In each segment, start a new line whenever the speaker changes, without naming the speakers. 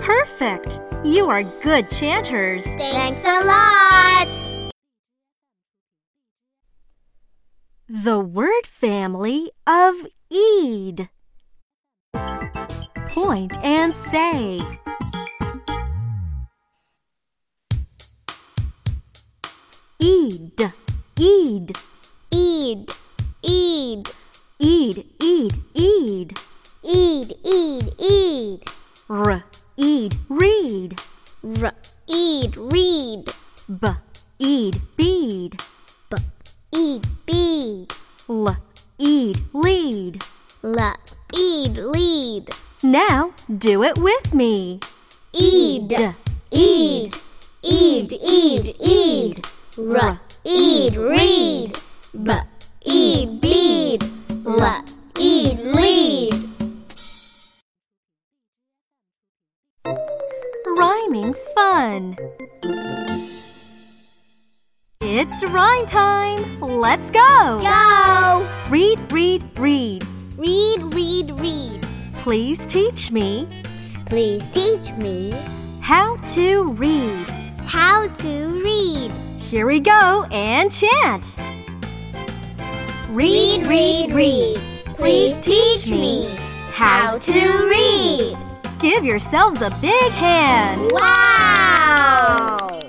perfect. You are good chanters.
Thanks a lot.
The word family of Eid. Point and say. Eid, Eid,
Eid, Eid,
Eid, Eid, Eid.
Eid, Eid, Eid.
R, Eid, read.
R, Eid, read.
B, E, Eid, bead.
B, Eid, bead.
L, Eid, lead.
L, Eid, lead.
Now do it with me.
Eid, Eid, Eid, Eid, Eid. R, Eid, read. B, Eid, bead. L, Eid, lead.
Rhyming fun. It's rhyme time. Let's go.
Go!
Read, read, read.
Read, read, read.
Please teach me
Please teach me
how to read.
how to read.
Here we go and chant.
Read, read, read. Please teach me how to read.
Give yourselves a big hand.
Wow!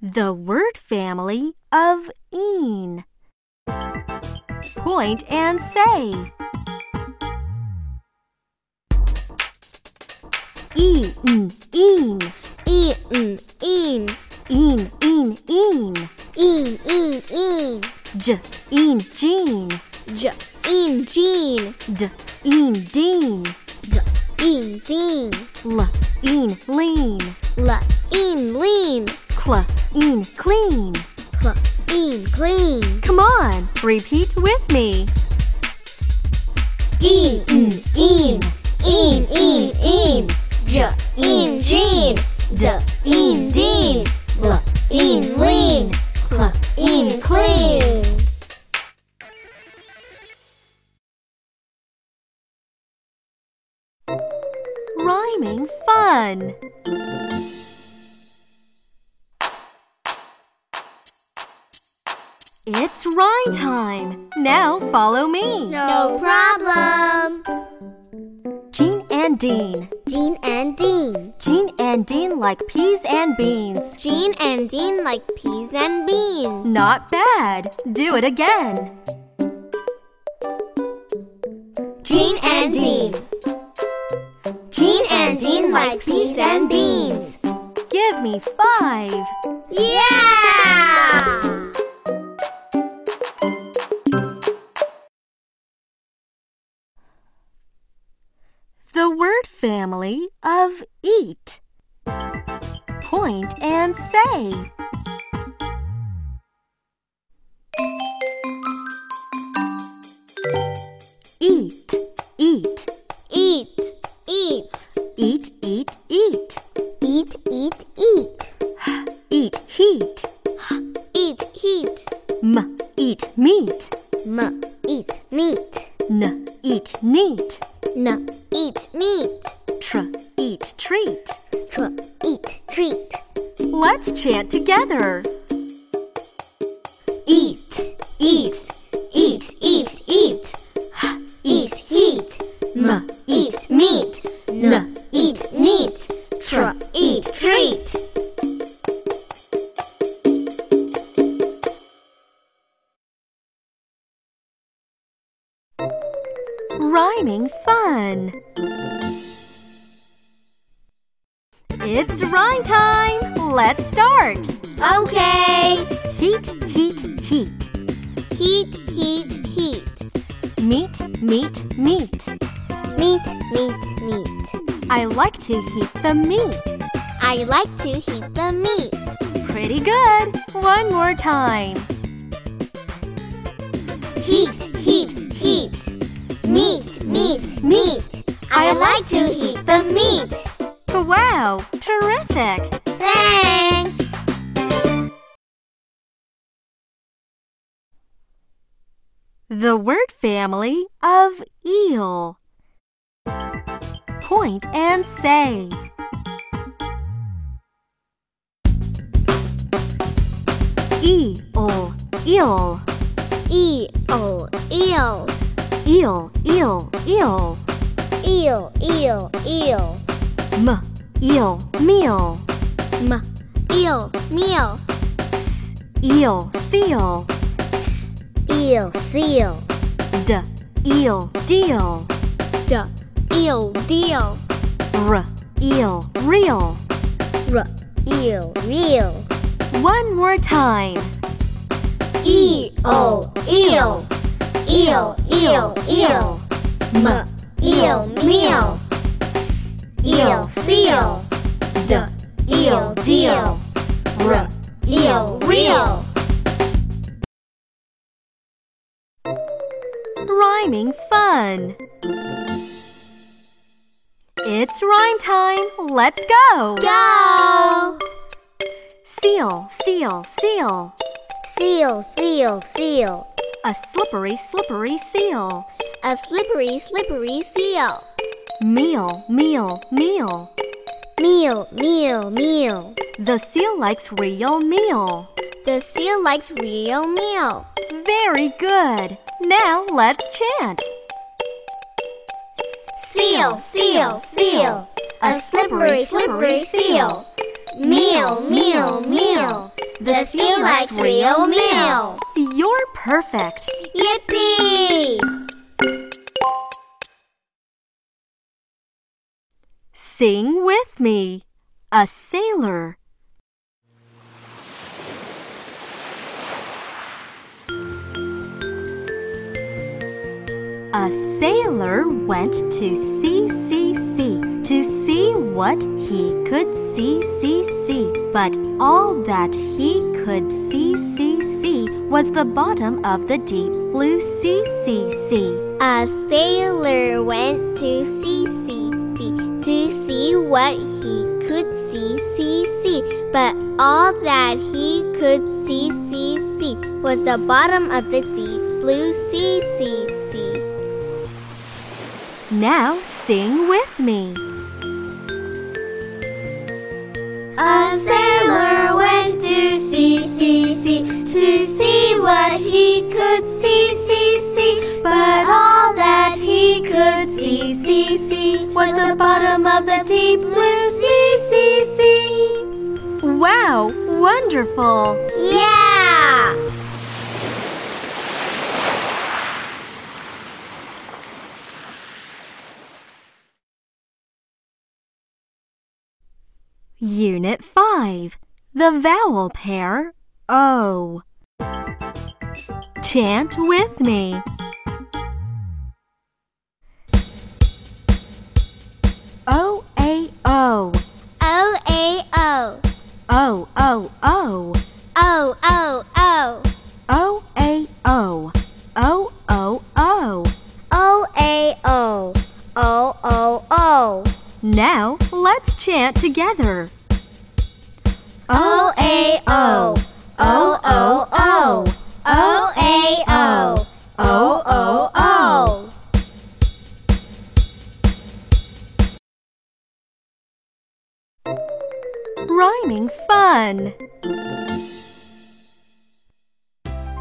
The word family of een. Point and say. Een, een,
Eaten, in,
een, een, een.
in, in, in.
J, een, jean.
J, in, jean.
D, een, dean.
D, in, jean.
L, een, lean.
L, in, lean.
Cl, een, clean.
Cl, in, clean.
Come on, repeat with me.
Eaten, in, in, in, in. J, in, jean. D, in, dean. L, in, lean.
Cl,
In, clean.
Rhyming fun. It's rhyme time. Now follow me.
No problem.
Jean and Dean.
Jean and Dean.
Jean and Dean like peas and beans.
Jean and Dean like peas and beans.
Not bad. Do it again.
Jean and Dean. Jean and Dean like peas and beans.
Give me five.
Yeah!
The word family of eat. Point and say. Eat, eat,
Eat, eat,
eat, eat, eat.
eat, eat, eat.
Eat heat,
Eat, heat.
m eat meat,
M, eat meat.
n eat neat,
N, eat meat.
tr eat treat.
Tr, eat, treat.
Let's chant together.
Eat, eat, eat, eat, eat. Eat heat,
M
eat meat, n eat meat, tr eat treat.
Rhyming fun. It's rhyme time. Let's start.
Okay.
Heat, heat, heat.
Heat, heat, heat.
Meat, meat, meat.
Meat, meat, meat.
I like to heat the meat.
I like to heat the meat.
Pretty good. One more time.
Heat, heat, heat. Meat, meat, meat. I like to heat the meat.
Wow, terrific.
Thanks.
The word family of eel. Point and say. Eel, eel,
E O eel,
eel, eel, eel.
eel, eel, eel.
M, eel, meal.
M eel, meal.
S, eel, seal.
S eel, seal.
D, eel, deal.
D eel, deal.
R, eel, real.
R eel, real.
One more time.
E O eel, eel, eel, eel. M eel, meal. S eel, seal. D eel, deal. R eel, real.
Rhyming fun. It's rhyme time. Let's go.
Go.
Seal, seal, seal.
Seal, seal, seal.
A slippery, slippery seal.
A slippery, slippery seal.
Meal, meal, meal.
Meal, meal, meal.
The seal likes real meal.
The seal likes real meal.
Very good. Now let's chant.
Seal, seal, seal. A slippery, slippery seal. Meal, meal, meal. The seal likes real meal.
You're perfect.
Yippee!
Sing with me. A sailor. A sailor went to sea, sea, sea to see what he could see, see, see. But all that he could see, see, see was the bottom of the deep blue sea, sea, sea.
A sailor went to sea, sea, sea to see what he could see, see, see. But all that he could see, see, see was the bottom of the deep blue sea, sea, sea.
Now sing with me.
A sailor went to sea, sea, sea, to see what he could see, see, see. But all that he could see, see, see was the bottom of the deep blue sea, sea, sea.
Wow, wonderful!
Yeah!
Unit 5 The vowel pair O. Chant with me. O A O
O A O,
O O O
O O O,
O A O O O O.
O A O, O O O.
Now let's chant together.
O A O, O O O, O A O, O O O.
Rhyming fun.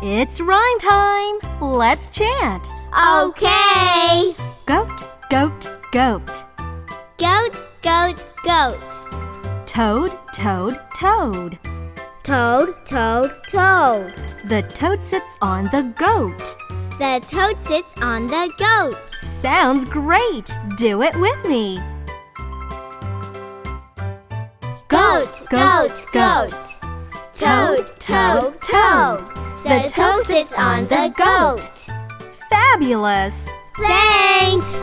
It's rhyme time. Let's chant.
Okay.
Goat, goat, goat.
Goat, goat, goat.
Toad, toad, toad.
Toad, toad, toad.
The toad sits on the goat.
The toad sits on the goat.
Sounds great. Do it with me.
Goat, goat, goat. Toad, toad, toad. The toad sits on the goat.
Fabulous.
Thanks.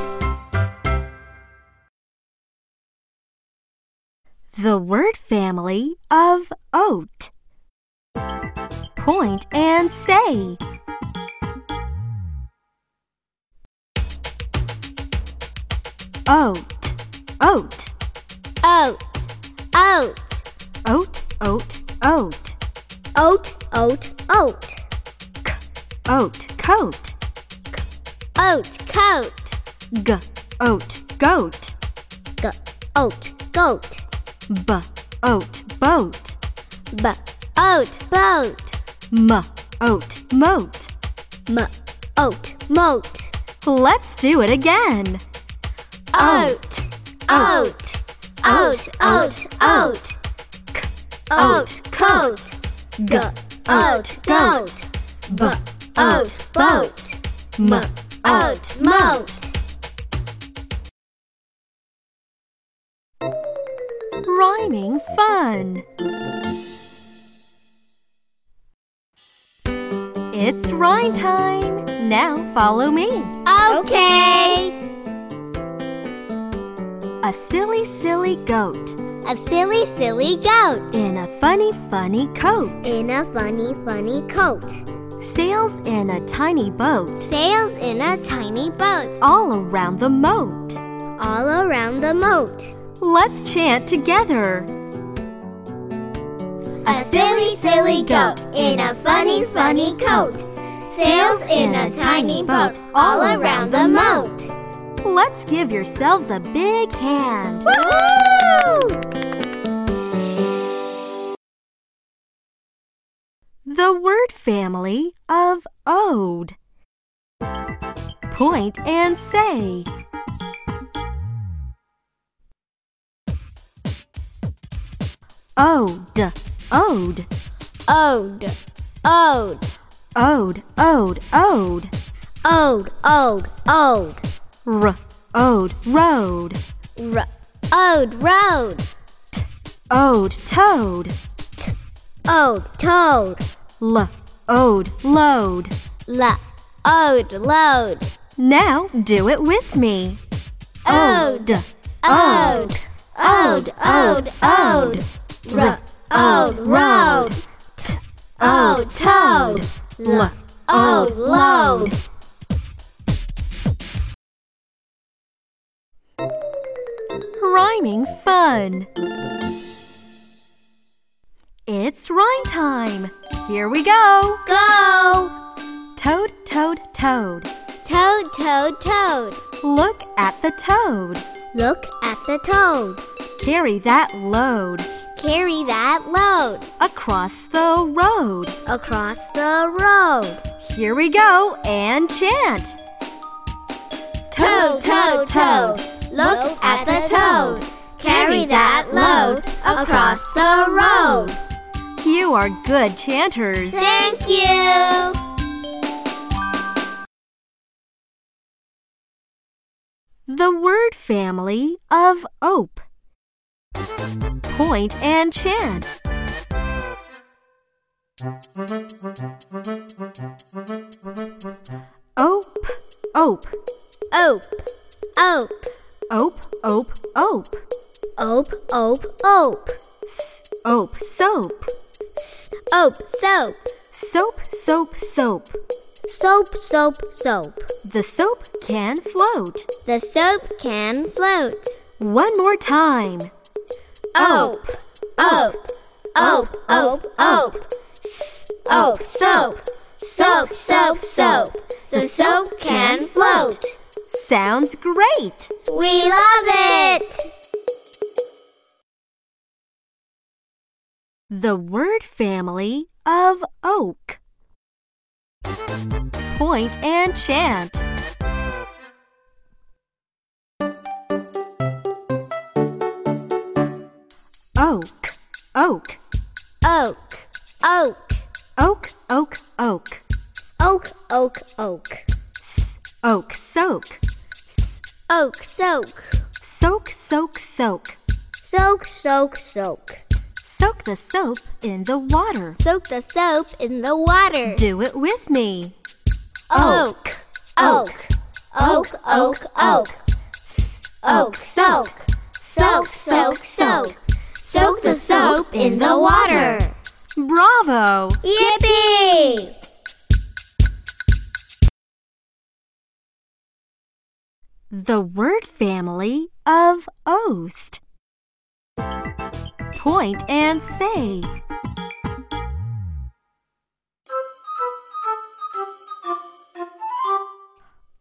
The word family of oat. Point and say. Oat, oat,
Oat, oat.
oat, oat, oat,
Oat, oat, oat.
oat, coat,
oat coat.
G oat goat.
G oat goat.
B oat boat.
B oat boat.
M oat moat.
M oat moat.
Let's do it again.
Oat. Oat. Oat oat oat.
K
Oat coat. G oat goat. B oat boat.
M
Oat moat.
rhyming fun. It's rhyme time. Now follow me.
Okay.
A silly, silly goat
A silly silly goat.
in a funny, funny coat
In a funny funny coat.
sails in a tiny boat
Sails in a tiny boat.
all around the moat.
All around the moat.
Let's chant together.
A silly, silly goat in a funny, funny coat. Sails in a tiny boat all around the moat.
Let's give yourselves a big hand. The word family of ode. Point and say. Ode, ode,
Ode, ode,
ode, ode, ode.
ode, ode, ode.
R, ode, road.
R- ode, road.
T, ode, toad.
Ode, toad.
L, ode, load.
La, ode, load.
Now do it with me.
Ode, Ode, ode, ode, ode. R- ode, road.
T,
Ode, toad.
L,
Ode, load.
Rhyming fun. It's rhyme time. Here we go.
Go.
Toad, toad, toad.
Toad, toad, toad.
Look at the toad.
Look at the toad.
Carry that load
Carry that load
across the road.
across the road.
Here we go and chant.
Toad, toad, toad. Look at the toad. Carry that load across the road.
You are good chanters.
Thank you.
The word family of ope. Point and chant. Ope, ope,
Ope, ope,
ope, ope, ope.
ope, ope, ope.
S, ope, soap.
Ope, soap,
Soap, soap, soap.
soap, soap, soap.
The soap can float.
The soap can float.
One more time.
Ope, ope, ope, ope, ope. Ope, soap, soap, soap, soap. The soap can float.
Sounds great.
We love it!
The word family of oak. Point and chant. Oak, oak,
Oak, oak,
oak, oak, oak.
oak, oak, oak.
S, oak, soak,
Oak, soak,
soak, soak, soak.
soak, soak, soak.
Soak the soap in the water.
Soak the soap in the water.
Do it with me.
Oak, oak, oak, oak, oak. Oak, soak, soak, soak, soak. Soak the soap in the water.
Bravo!
Yippee!
The word family of oast. Point and say.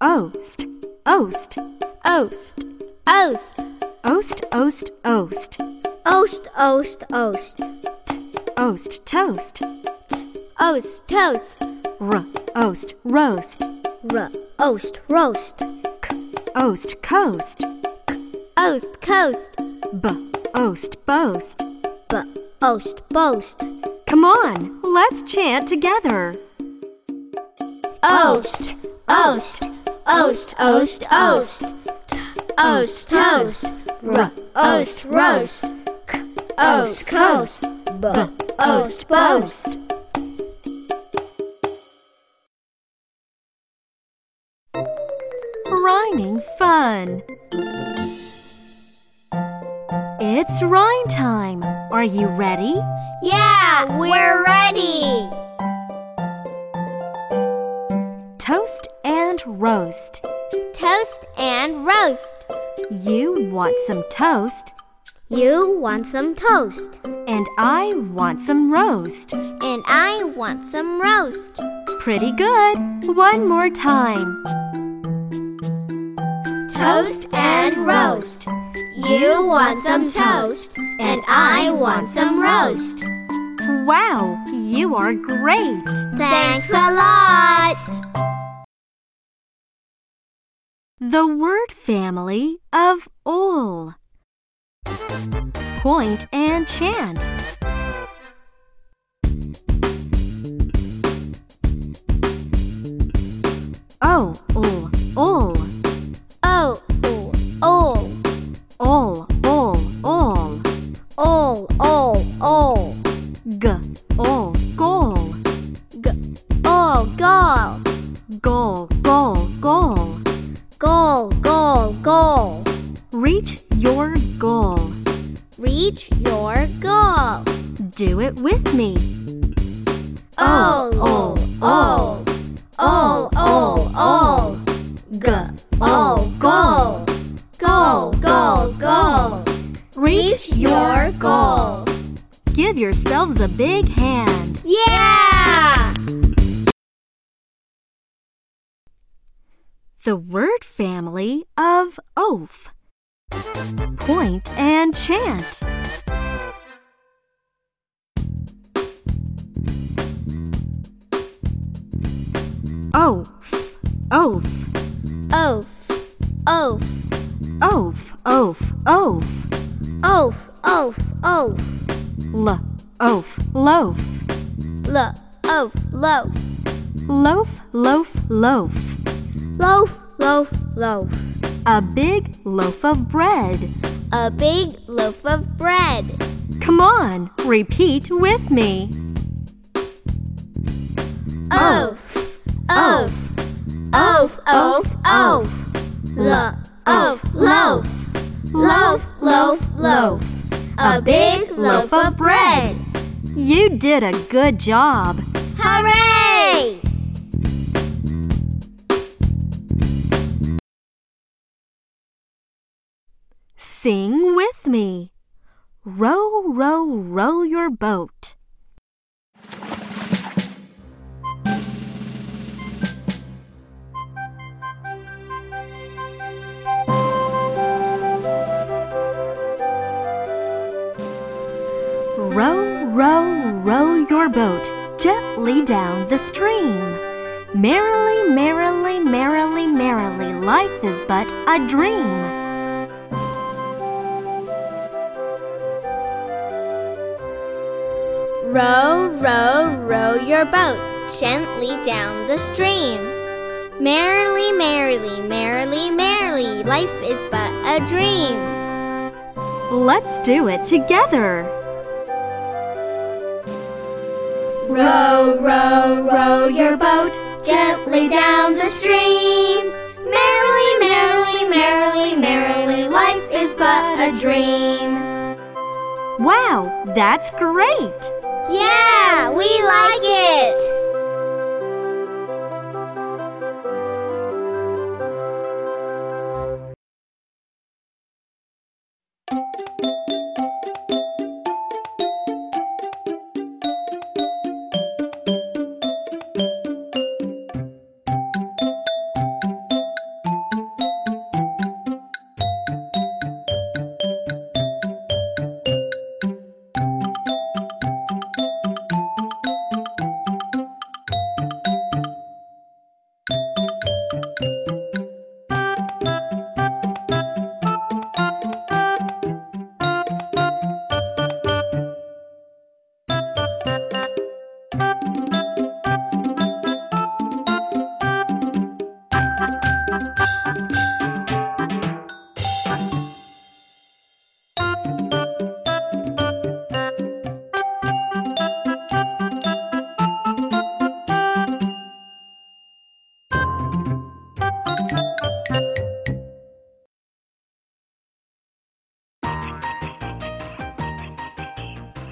oast, oast,
Oast, oast,
oast, oast, oast,
oast, oast, oast,
oast, toast,
oast, toast,
r, oast, roast,
r, oast, roast,
oast, coast,
oast, coast,
b, oast, boast.
b, oast, boast,
Come on, let's chant together.
oast, oast, oast, oast, oast, t, oast, toast, r, oast, roast, k, oast, coast, b, oast, boast.
Rhyming fun. It's rhyme time. Are you ready?
Yeah, we're ready.
Toast and roast.
Toast and roast.
You want some toast,
You want some toast,
and I want some roast.
and I want some roast.
Pretty good. One more time.
Toast and roast. You want some toast, and I want some roast.
Wow, you are great.
Thanks a lot.
The word family of all. Point and chant. O, ul, ul,
Oh, oh,
ol,
oh,
ol, ol.
oh, oh, oh.
G, ol, goal,
G- oh, goal,
goal, goal, goal.
goal, goal, goal.
Reach your goal.
Reach your goal.
Do it with me.
Oh, oh, oh, oh, oh, oh.
G, ol,
Oh, goal, goal, goal, goal. Reach your goal.
Give yourselves a big hand.
Yeah!
The word family of oaf. Point and chant. Oaf, oaf,
Oaf, oaf,
oaf, oaf, oaf.
oaf, oaf, oaf.
L, oaf, loaf,
Lo, oaf, loaf.
loaf, loaf, loaf.
Loaf, loaf, loaf.
A big loaf of bread.
A big loaf of bread.
Come on, repeat with me.
Oaf, oaf, oaf, oaf, oaf. Lo, oaf, loaf. Loaf, loaf, loaf. A big loaf of bread.
You did a good job.
Hooray!
Sing with me. Row, row, row your boat. Row, row, row your boat gently down the stream. Merrily, merrily, merrily, merrily, life is but a dream.
Row, row, row your boat gently down the stream. Merrily, merrily, merrily, merrily, life is but a dream.
Let's do it together.
Row, row, row your boat gently down the stream. Merrily, merrily, merrily, merrily, life is but a dream.
Wow, that's great!
Yeah, we like it.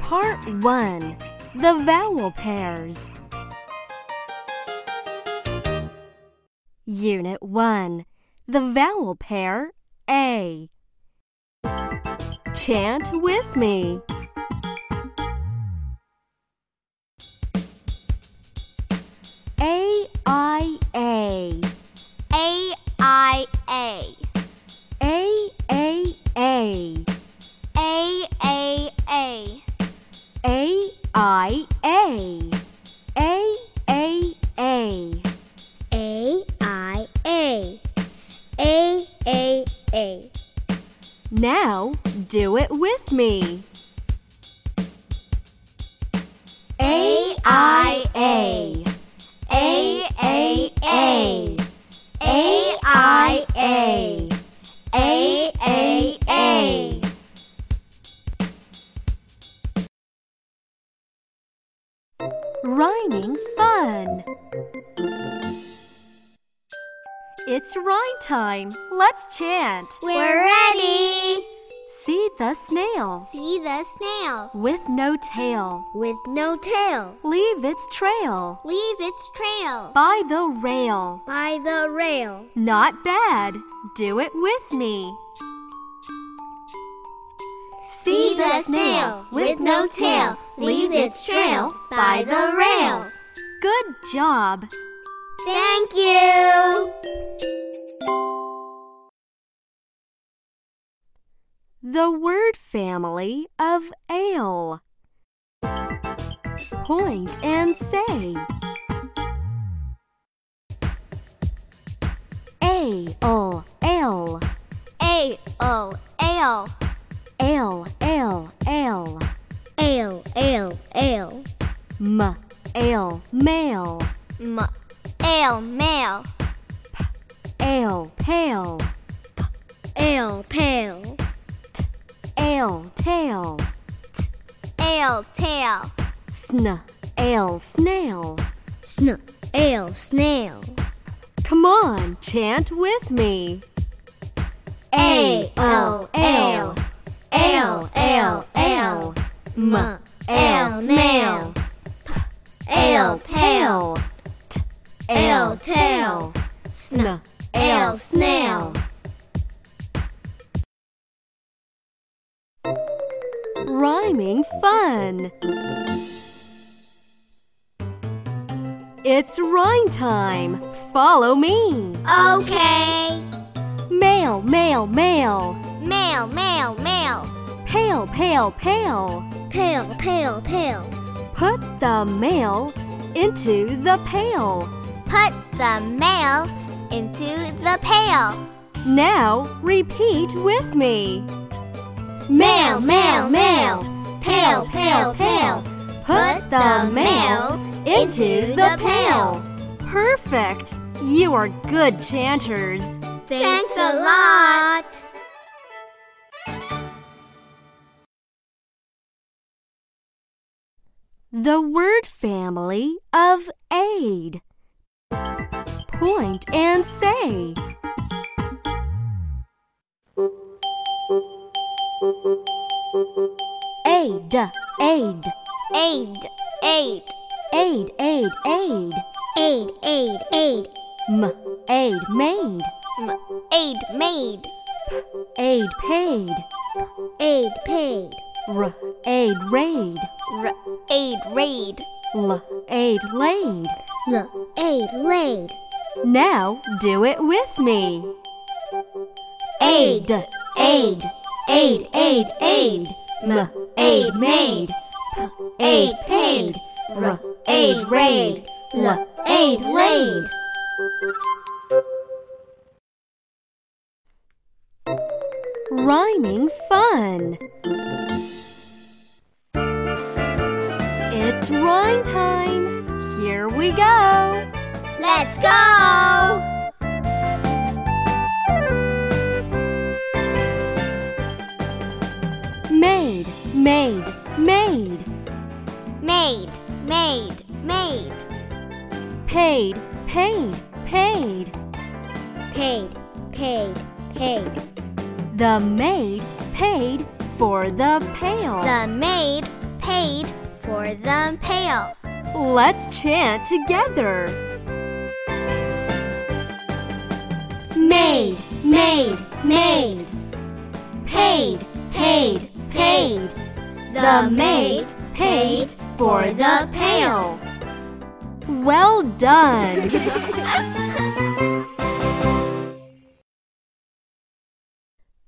Part 1 The Vowel Pairs. Unit 1 The Vowel Pair A. Chant with me. A I A
A I A
A A A
A A A
A I A A A A
A I A A A A
Now do it with me. A I A A A A A I A A A A Rhyming fun. It's rhyme time. Let's chant.
We're ready.
See the snail
See the snail
with no tail.
with no tail.
Leave its trail
Leave its trail
by the rail.
by the rail.
Not bad. Do it with me.
See the snail with no tail. Leave its trail by the rail.
Good job.
Thank you.
The word family of ale. Point and say. A O L
A O L
L L L
L L L
M L male
M L male
ale pale
L pale
ale tail
L tail
sn ale snail.
Sn L snail
Come on, chant with me.
A L L
L L L M L male L pale T L tail Sn L snail Rhyming fun. It's rhyme time. Follow me.
Okay
Mail, mail, mail.
Male male male
Pale, pale, pale.
Pale pale pale
Put the mail into the pail.
Put the male into the pail
Now repeat with me.
Mail mail mail Pail pail pail
Put the mail into the pail. Perfect. You are good chanters.
Thanks a lot
The word family of aid. Point and say. Aid, aid,
Aid aid
aid, aid, aid.
Aid, aid, aid.
M, aid, made,
M- aid made.
aid, paid.
Aid paid.
R, aid, raid.
R- aid raid.
L, aid, laid.
L- aid laid.
Now do it with me.
Aid, aid, aid, aid, aid.
M, aid, made.
Aid paid.
R, aid, raid. L, aid, laid. rhyming fun. It's rhyme time. Here we go.
Let's go!
Made, made, made.
Made, made, made.
Paid, paid, paid.
Paid, paid, paid.
The maid paid for the pail.
The maid paid for the pail.
Let's chant together.
Made, made, made. Paid, paid, paid. The maid paid for the pail.
Well done.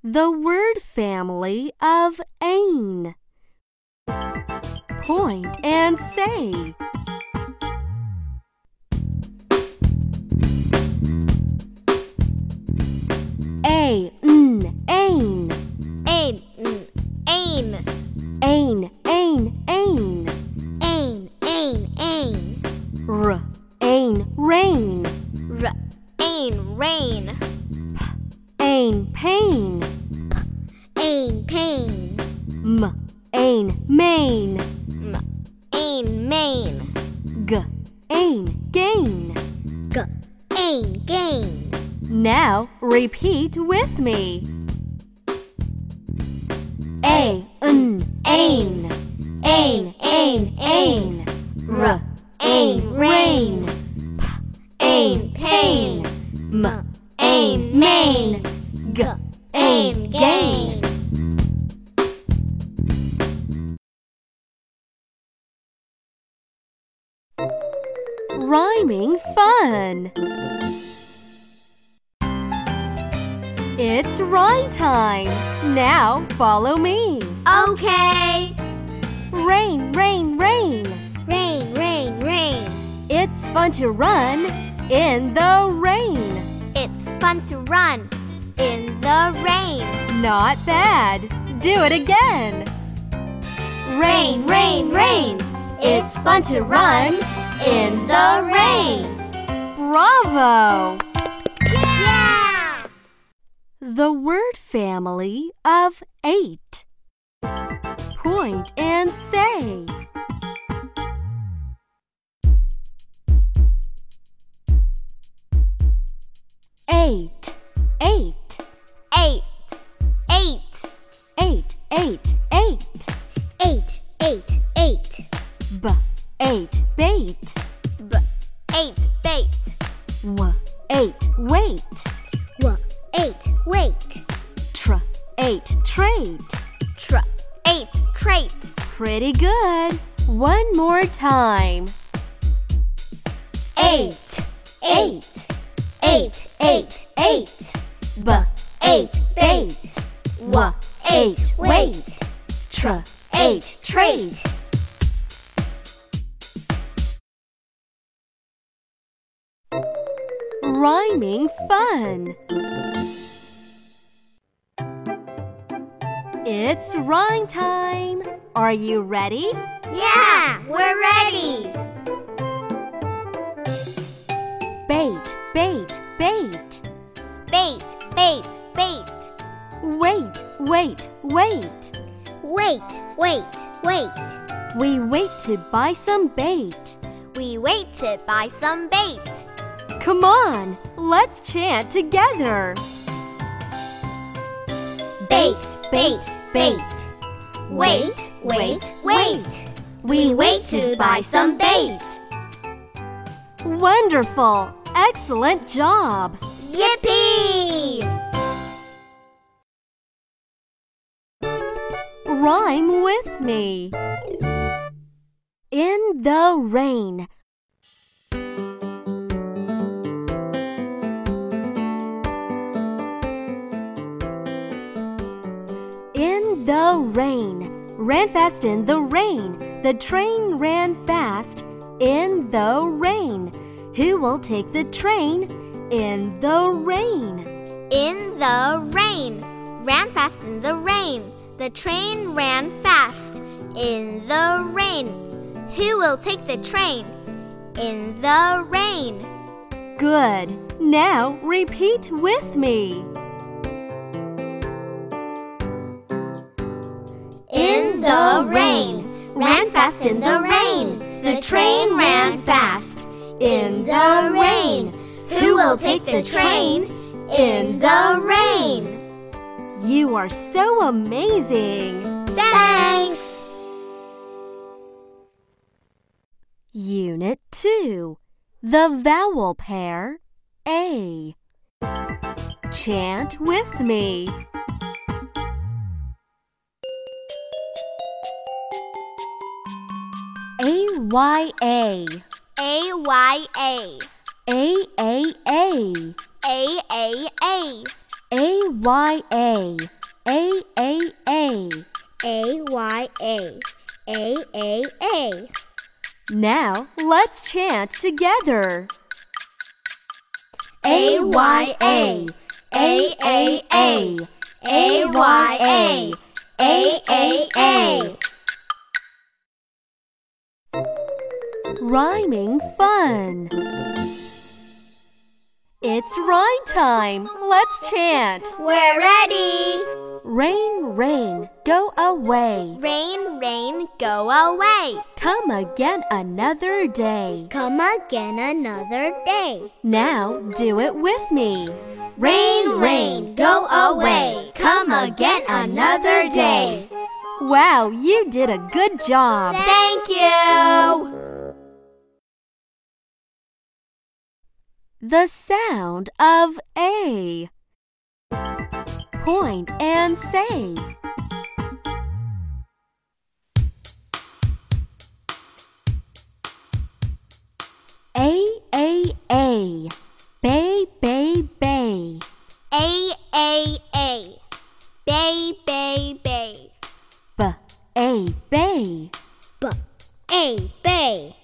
the word family of ain. Point and say. A n ain
Aim, mm, aim,
ain ain ain
aim, aim, aim.
r ain rain
R- aim, rain.
ain pain
Aim, pain.
m ain main
M- aim, main.
g ain gain.
G- aim, gain.
Now repeat with me. A n ain
Aim, aim, ain.
r
Aim, rain. Aim, pain.
m
Aim, main.
g.
Aim, gain.
Rhyming fun. It's rhyme time. Now follow me.
Okay.
Rain, rain, rain.
Rain, rain, rain.
It's fun to run in the rain.
It's fun to run in the rain.
Not bad. Do it again.
Rain, rain, rain. It's fun to run in the rain.
Bravo!
Yeah!
The word family of eight. Point and say. Eight, eight,
Eight, eight,
eight, eight, eight.
eight, eight, eight.
B, eight, bait.
B, eight, bait.
W, eight, wait.
W, eight, wait.
Tr, eight, trait.
Tr, eight, trait.
Pretty good. One more time.
Eight, eight, eight, eight, eight.
B, eight, bait. W, eight, wait. Tr,
Eight, trait.
Rhyming fun. It's rhyme time. Are you ready?
Yeah, we're ready.
Bait, bait, bait.
Bait, bait, bait.
Wait, wait, wait.
Wait, wait, wait.
We wait to buy some bait.
We wait to buy some bait.
Come on, let's chant together.
Bait, bait, bait. Wait, wait, wait. We wait to buy some bait.
Wonderful! Excellent job!
Yippee!
Rhyme with me. In the rain. In the rain. Ran fast in the rain. The train ran fast in the rain. Who will take the train in the rain?
In the rain. ran fast in the rain. The train ran fast in the rain. Who will take the train? In the rain.
Good. Now repeat with me.
In the rain. Ran fast in the rain. The train ran fast in the rain. Who will take the train? In the rain.
You are so amazing.
Thanks.
Unit 2 The vowel pair A. Chant with me. A Y A
A Y A.
A A A
A A A.
A Y A A A A.
A Y A. A A A.
Now let's chant together.
A Y A. A A A. A Y A. A A A.
Rhyming fun. It's rhyme time. Let's chant.
We're ready.
Rain, rain, go away.
Rain, rain, go away.
Come again another day.
Come again another day.
Now do it with me.
Rain, rain, go away. Come again another day.
Wow, you did a good job.
Thank you.
The sound of A. Point and say. A A A. Bay Bay Bay.
A A A. Bay, bay, bay.
B A Bay.
B A bay.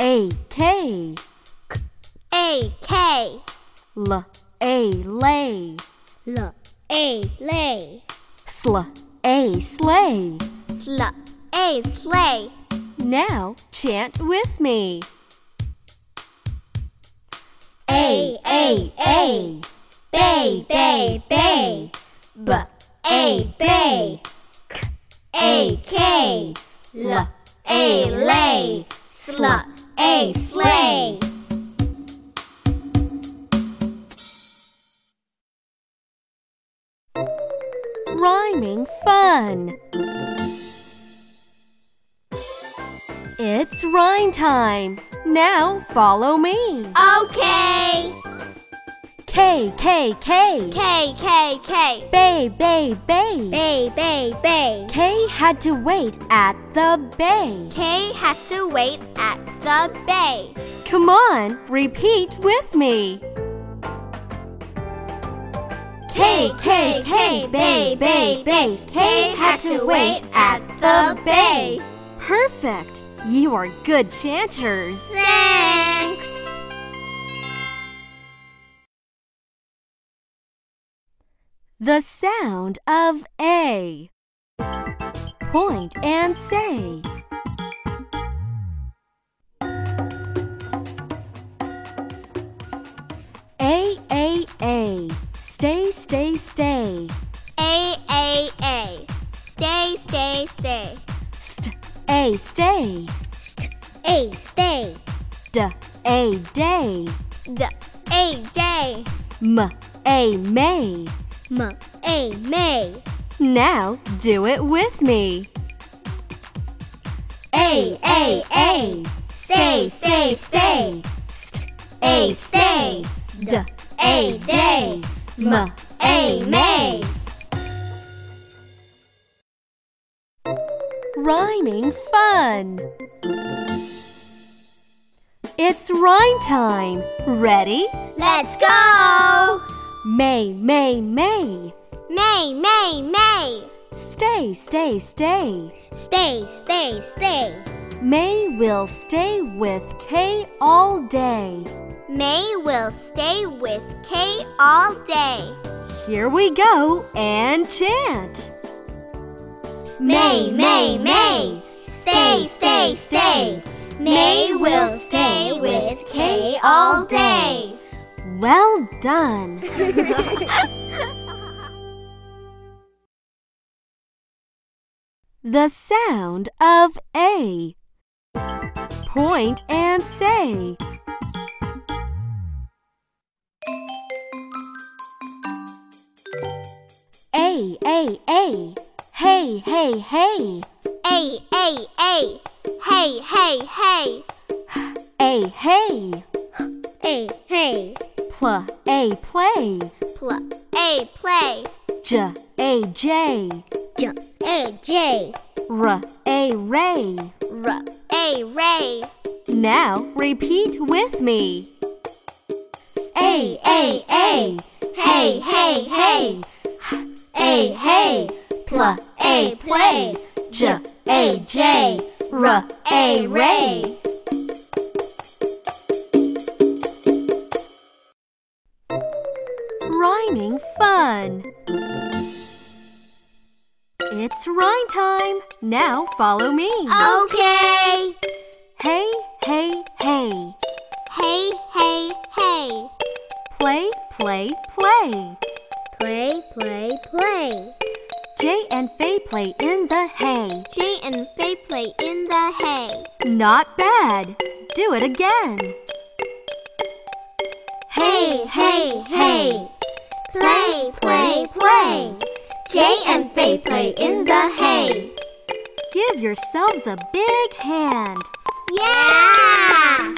A K.
A K.
L A Lay.
L A lay.
Sl A Slay.
Sl A sleigh.
Now chant with me.
A A A. Bay, bay, bay.
B
A bay. A K. L A lay. Sl A sleigh.
Rhyming fun. It's rhyme time. Now follow me.
Okay.
K K K.
K K K.
Bay bay bay.
Bay, bay, bay.
K had to wait at the bay.
Kay had to wait at the bay.
Come on, repeat with me.
K, K, K, bay, bay, bay. K had to wait at the bay.
Perfect. You are good chanters.
Thanks.
The sound of A. Point and say. A A A. Stay, stay, stay.
A, A, A. Stay, stay, stay.
St A stay.
A, stay.
D A day.
D, A, day.
M A may.
M, A, may.
Now do it with me.
A, A, A. Stay, stay, stay. A, stay.
D
A, day.
M
A, may.
Rhyming fun. It's rhyme time. Ready?
Let's go!
May, may, may.
May, May, May.
Stay, stay, stay.
Stay, stay, stay.
May will stay with K all day.
May will stay with K all day.
Here we go and chant.
May, May, May. Stay, stay, stay. May will stay with Kay all day.
Well done. the sound of A. Point and say. A, A, A. Hey, hey, hey.
Ay, ay, ay. Hey, hey, hey.
A, hey.
Ay, hey.
Pl, A, play.
Pl, ay, play.
J, A, J.
J, ay, jay.
R, A, ray.
R, ay, ray.
Now repeat with me. A, A, A.
Hey, hey, hey. Ay, hey.
Pl,
Ay, play.
J, A, J. R,
Ay, ray.
Rhyming fun. It's rhyme time. Now follow me.
Oh. Okay.
Hey, hey, hey.
Hey, hey, hey.
Play, play, play.
Play, play, play.
Jay and Faye play in the hay.
Jay and Faye play in the hay.
Not bad. Do it again.
Hey, hey, hey. Play, play, play. Jay and Faye play in the hay.
Give yourselves a big hand.
Yeah!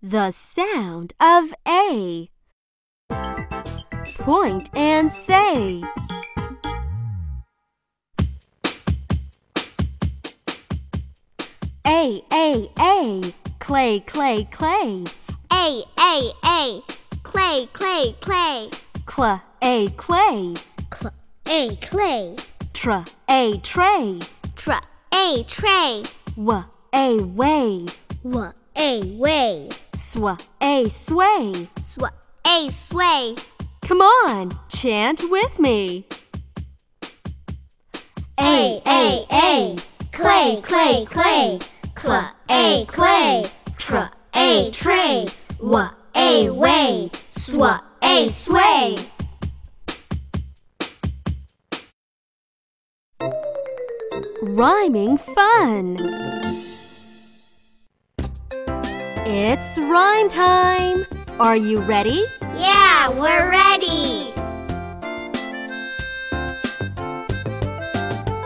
The sound of A. Point and say. A, A, A. Clay, clay, clay.
A, A, A. Clay, clay, clay.
Cl, A, clay.
Cl- a, clay.
Tr, A, tray.
Tr- a, tray.
W, A, way.
W, a, way.
Sw, A, sway.
Sw- a, sway.
Come on, chant with me.
A, A, A. Clay, clay, clay. Cl, a, clay.
Tr,
A, tray. W, a, way. Sw, a, sway.
Rhyming fun. It's rhyme time. Are you ready?
Yeah, we're ready.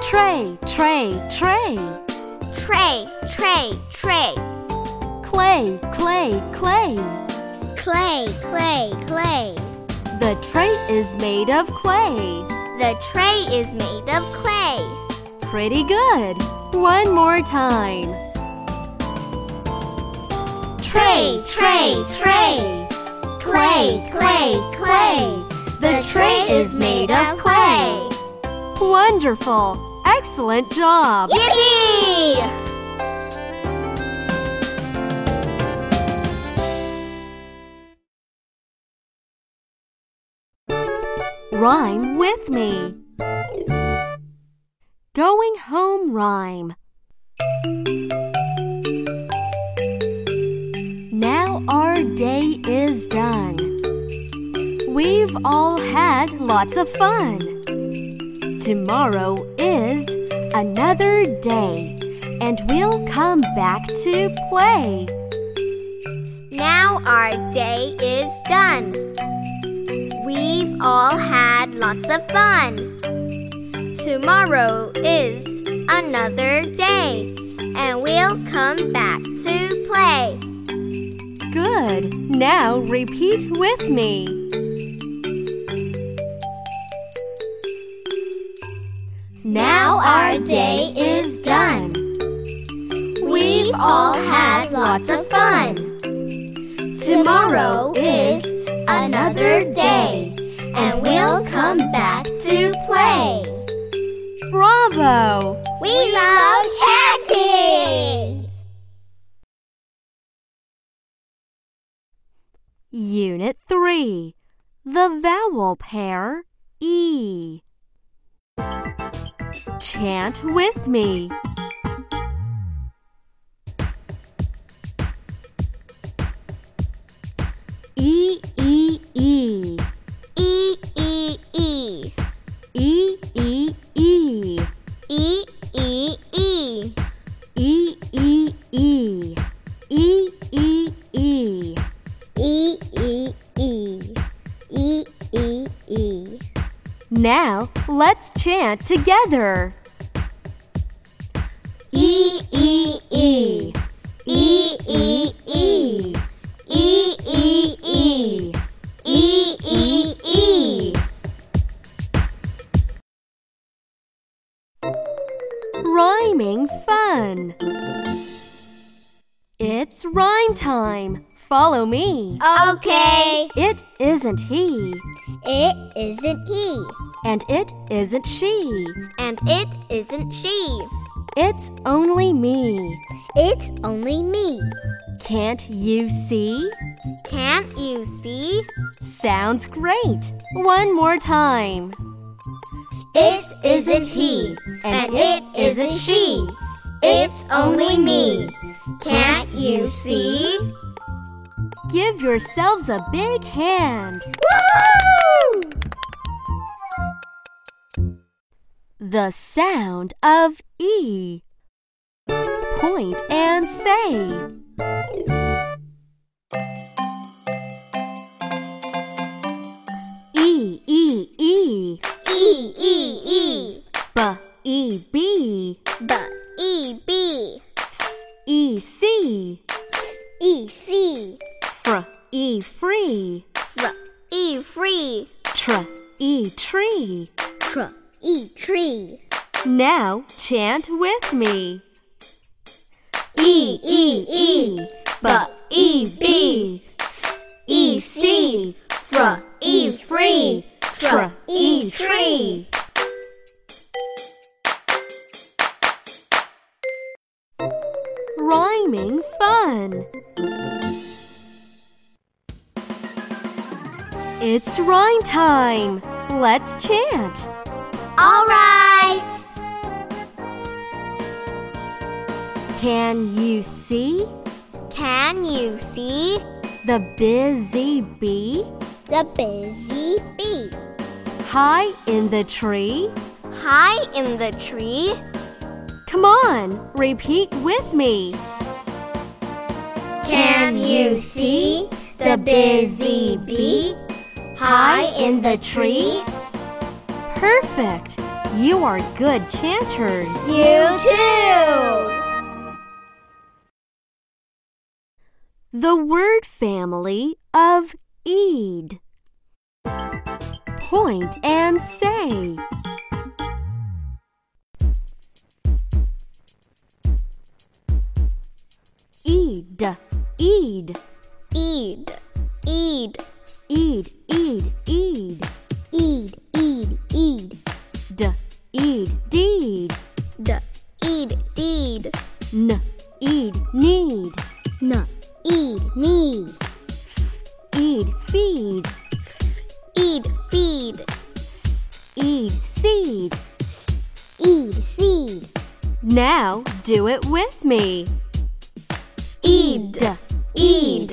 Tray, tray, tray.
Tray, tray, tray.
Clay, clay, clay.
Clay, clay, clay.
The tray is made of clay.
The tray is made of clay.
Pretty good. One more time.
Tray, tray, tray. Clay, clay, clay. The tray is made of clay.
Wonderful. Excellent job.
Yippee!
Rhyme with me. Going home rhyme. Now our day is done. We've all had lots of fun. Tomorrow is another day, and we'll come back to play.
Now our day is done. We've all had lots of fun. Tomorrow is another day, and we'll come back to play.
Good. Now repeat with me.
Now our day is done. We've all had lots of fun. Tomorrow is another day, and we'll come back to play.
Bravo!
We love chatting!
Unit 3 The Vowel Pair E. Chant with me. E, E, E.
E E E
E, E, E.
E E E
E, E, E. E, E, E.
E E E E E E
Now, let's chant together.
E E E E E E E E E E E E
Rhyming fun. It's rhyme time. Follow me.
Okay.
It isn't he,
It isn't E
and it isn't she.
and it isn't she.
It's only me.
It's only me.
Can't you see?
Can't you see?
Sounds great. One more time.
It isn't he, and it isn't she. It's only me. Can't you see?
Give yourselves a big hand. The sound of E. Point and say. E, E, E.
E E E
B, E, B.
B E B
S, E, C.
E C
Fr, E, free.
R E free
Tr, E, tree.
tr E tree
Now chant with me.
E E E B E B
S,
E C fr E free tr E tree.
Rhyming fun. It's rhyme time. Let's chant.
All right.
Can you see
Can you see
the busy bee
the busy bee
high in the tree?
high in the tree?
Come on, repeat with me.
Can you see the busy bee high in the tree?
Perfect. You are good chanters.
You too.
The word family of eed. Point and say. Eed, eed,
Eid, eid,
eed, eed, eed,
eid, eid, eid.
d, eed, deed,
D, eid, deed.
n, eed, need,
N, eid, need.
eed, feed,
Eid, feed.
s, eed, seed.
Eid, seed.
Now do it with me.
Eid, eid,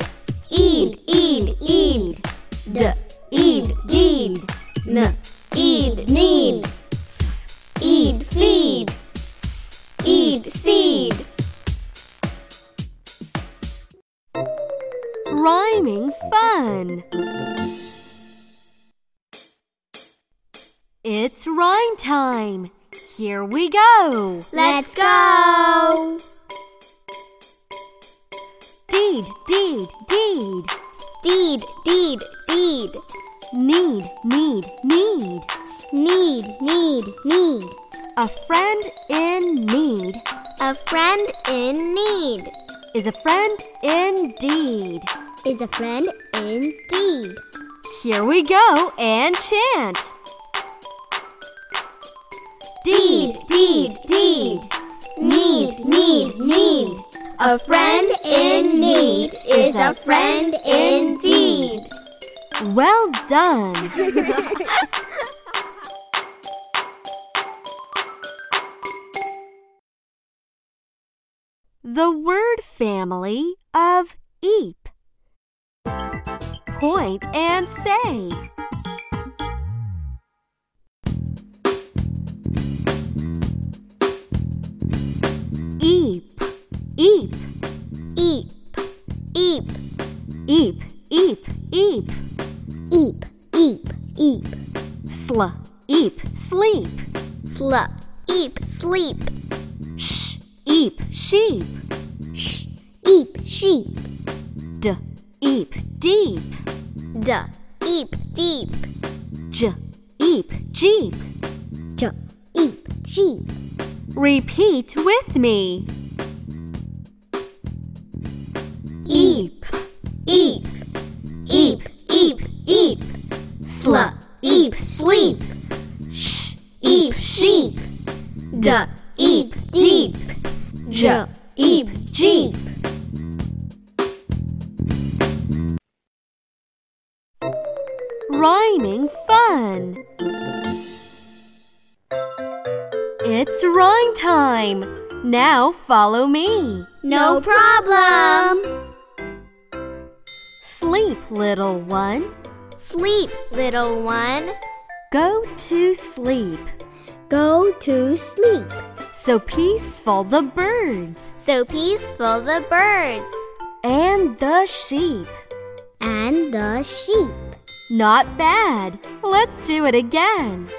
eid, eid, eid. D, eid, deed. N, eid, need. Eid, feed. Eid, seed.
Rhyming fun. It's rhyme time. Here we go.
Let's go!
Deed, deed, deed.
Deed, deed, deed.
Need, need, need.
Need, need, need.
A friend in need
A friend in need
is a friend indeed.
is a friend indeed.
Here we go and chant.
Deed, deed, deed. Need, need, need. A friend in need is a friend indeed.
Well done! the word family of eep. Point and say. Eep, eep,
Eep, eep,
eep, eep, eep.
eep, eep, eep.
Sl, eep, sleep.
Slup, eep, sleep.
Sh, eep, sheep.
Sh, eep, sheep.
D, eep, deep.
Duh, eep, deep.
J, eep, jeep.
J, eep, sheep.
Repeat with me. Eep,
Eep, eep, eep, eep. Slup, eep, sleep. Sh, eep, sheep. Duh, eep, deep. J, E eep, jeep.
rhyming fun. It's rhyme time. Now follow me.
No problem.
Sleep, little one.
Sleep, little one.
Go to sleep.
Go to sleep.
So peaceful the birds
So peaceful the birds
and the sheep.
and the sheep.
Not bad. Let's do it again.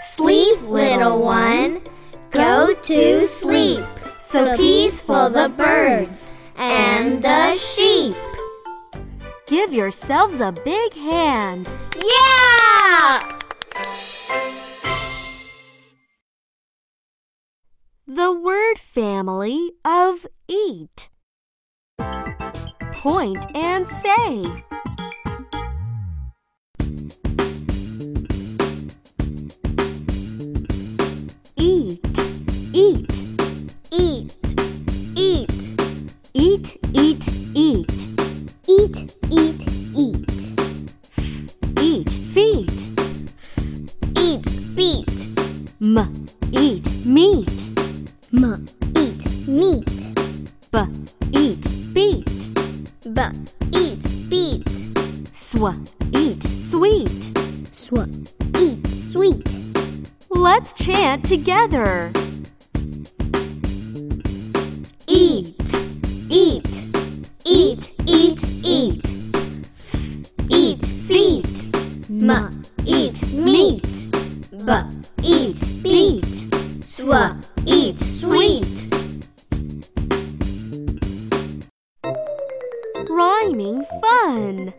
Sleep, little one, go to sleep. So peaceful the birds and the sheep.
Give yourselves a big hand.
Yeah!
The word family of eat. Point and say. Eat, eat,
Eat,
eat,
eat,
eat, eat.
eat, eat, eat.
Eat feet.
Eat feet.
M, eat meat.
M, eat meat.
B, eat beat.
B, eat beat.
Sw, eat sweet.
Sw, eat sweet.
Let's chant together.
Eat, eat, eat, eat, eat. Eat feet, m eat meat, b eat beat, sw eat sweet.
Rhyming fun.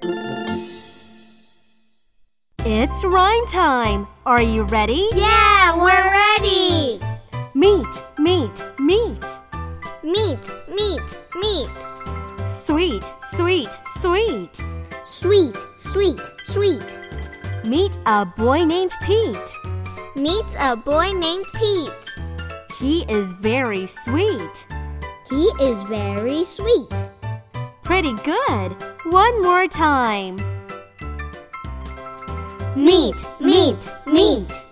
It's rhyme time. Are you ready?
Yeah, we're ready.
Meat, meat, meat.
Meat, meat, meat.
Sweet, sweet, sweet.
Sweet, sweet, sweet.
Meet a boy named Pete.
Meet a boy named Pete.
He is very sweet.
He is very sweet.
Pretty good. One more time.
Meat, meat, meat.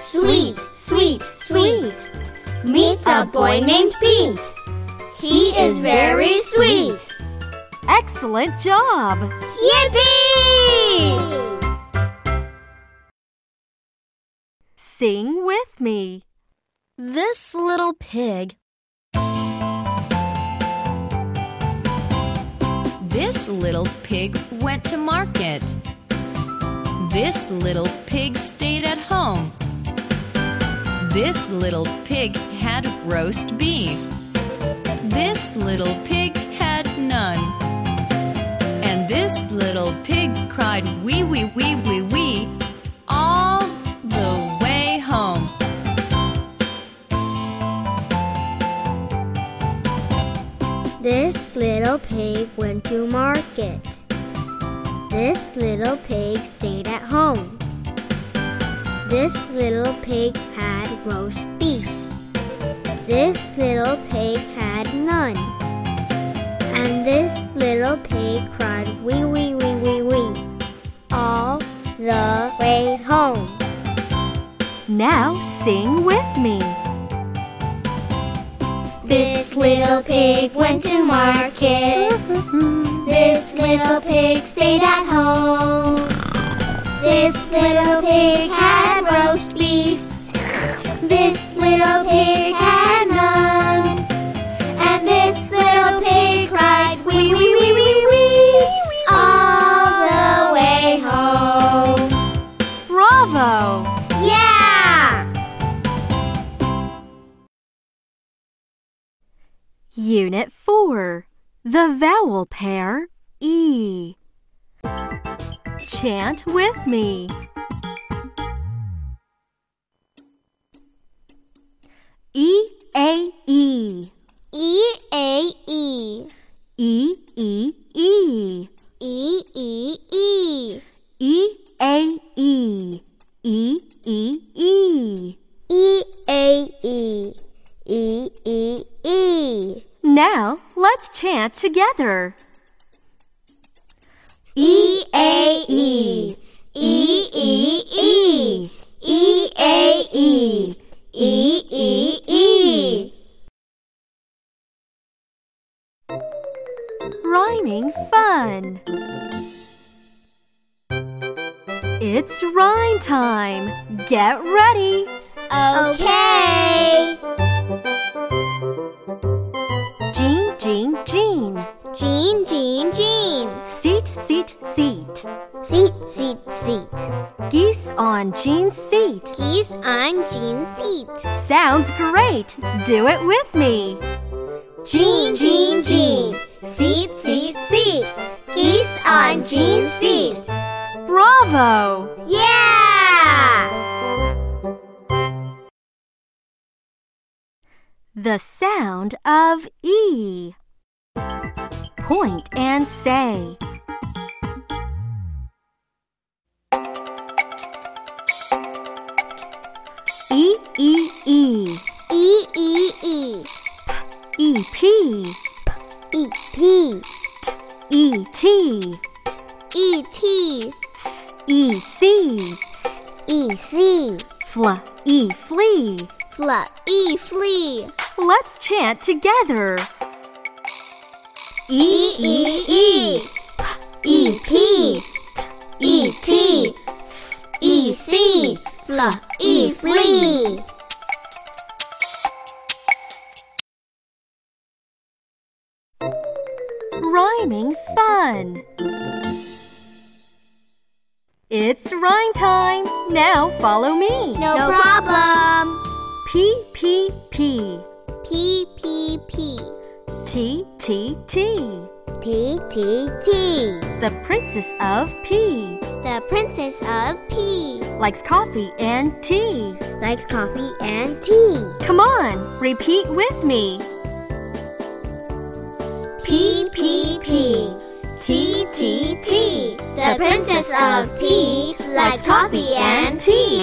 Sweet, sweet, sweet. Meet a boy named Pete. He is very sweet.
Excellent job.
Yippee!
Sing with me. This little pig.
This little pig went to market. This little pig stayed at home. This little pig had roast beef. This little pig had none. And this little pig cried wee wee wee wee wee all the way home.
This little pig went to market. This little pig stayed at home. This little pig had roast beef. This little pig had none. And this little pig cried wee wee wee wee wee. the way home.
Now sing with me.
This little pig went to market. This little pig stayed at home. This little pig had roast beef. This little pig had none. And this little pig cried wee wee wee wee wee all the way home.
Bravo!
Yeah!
Unit 4 The Vowel Pair E. Chant with me. E A E
E A E
E E E
E E E
E A E E E E.
E A E E E E
Now let's chant together.
E A E E E E E A E E E E
Rhyming fun. It's rhyme time. Get ready.
Okay.
Jean, Jean, Jean.
Jean Jean Jean
Seat, seat, seat.
Seat Seat Seat
Geese on Jean's seat.
Geese on Jean's seat
Sounds great. Do it with me.
Jean, Jean, Jean. Seat, seat, seat. Geese on Jean's seat.
Bravo.
Yeah!
The sound of E. Point and say. E, E, E.
E, E, E.
E, P.
E, P.
E, T.
E, T.
S, E, C.
E, C.
Fl, E, flea.
Fla, E, flea.
Let's chant together.
E, E, E. E, P. E, T. E, C. Fla, E, flea.
Rhyming fun. It's rhyme time. Now follow me.
No problem.
P P P
P, P, P.
T T T.
P, T, T.
The princess of P
The princess of P
likes coffee and tea.
likes coffee and tea.
Come on, repeat with me.
P P P T T T. The princess of P likes coffee and tea.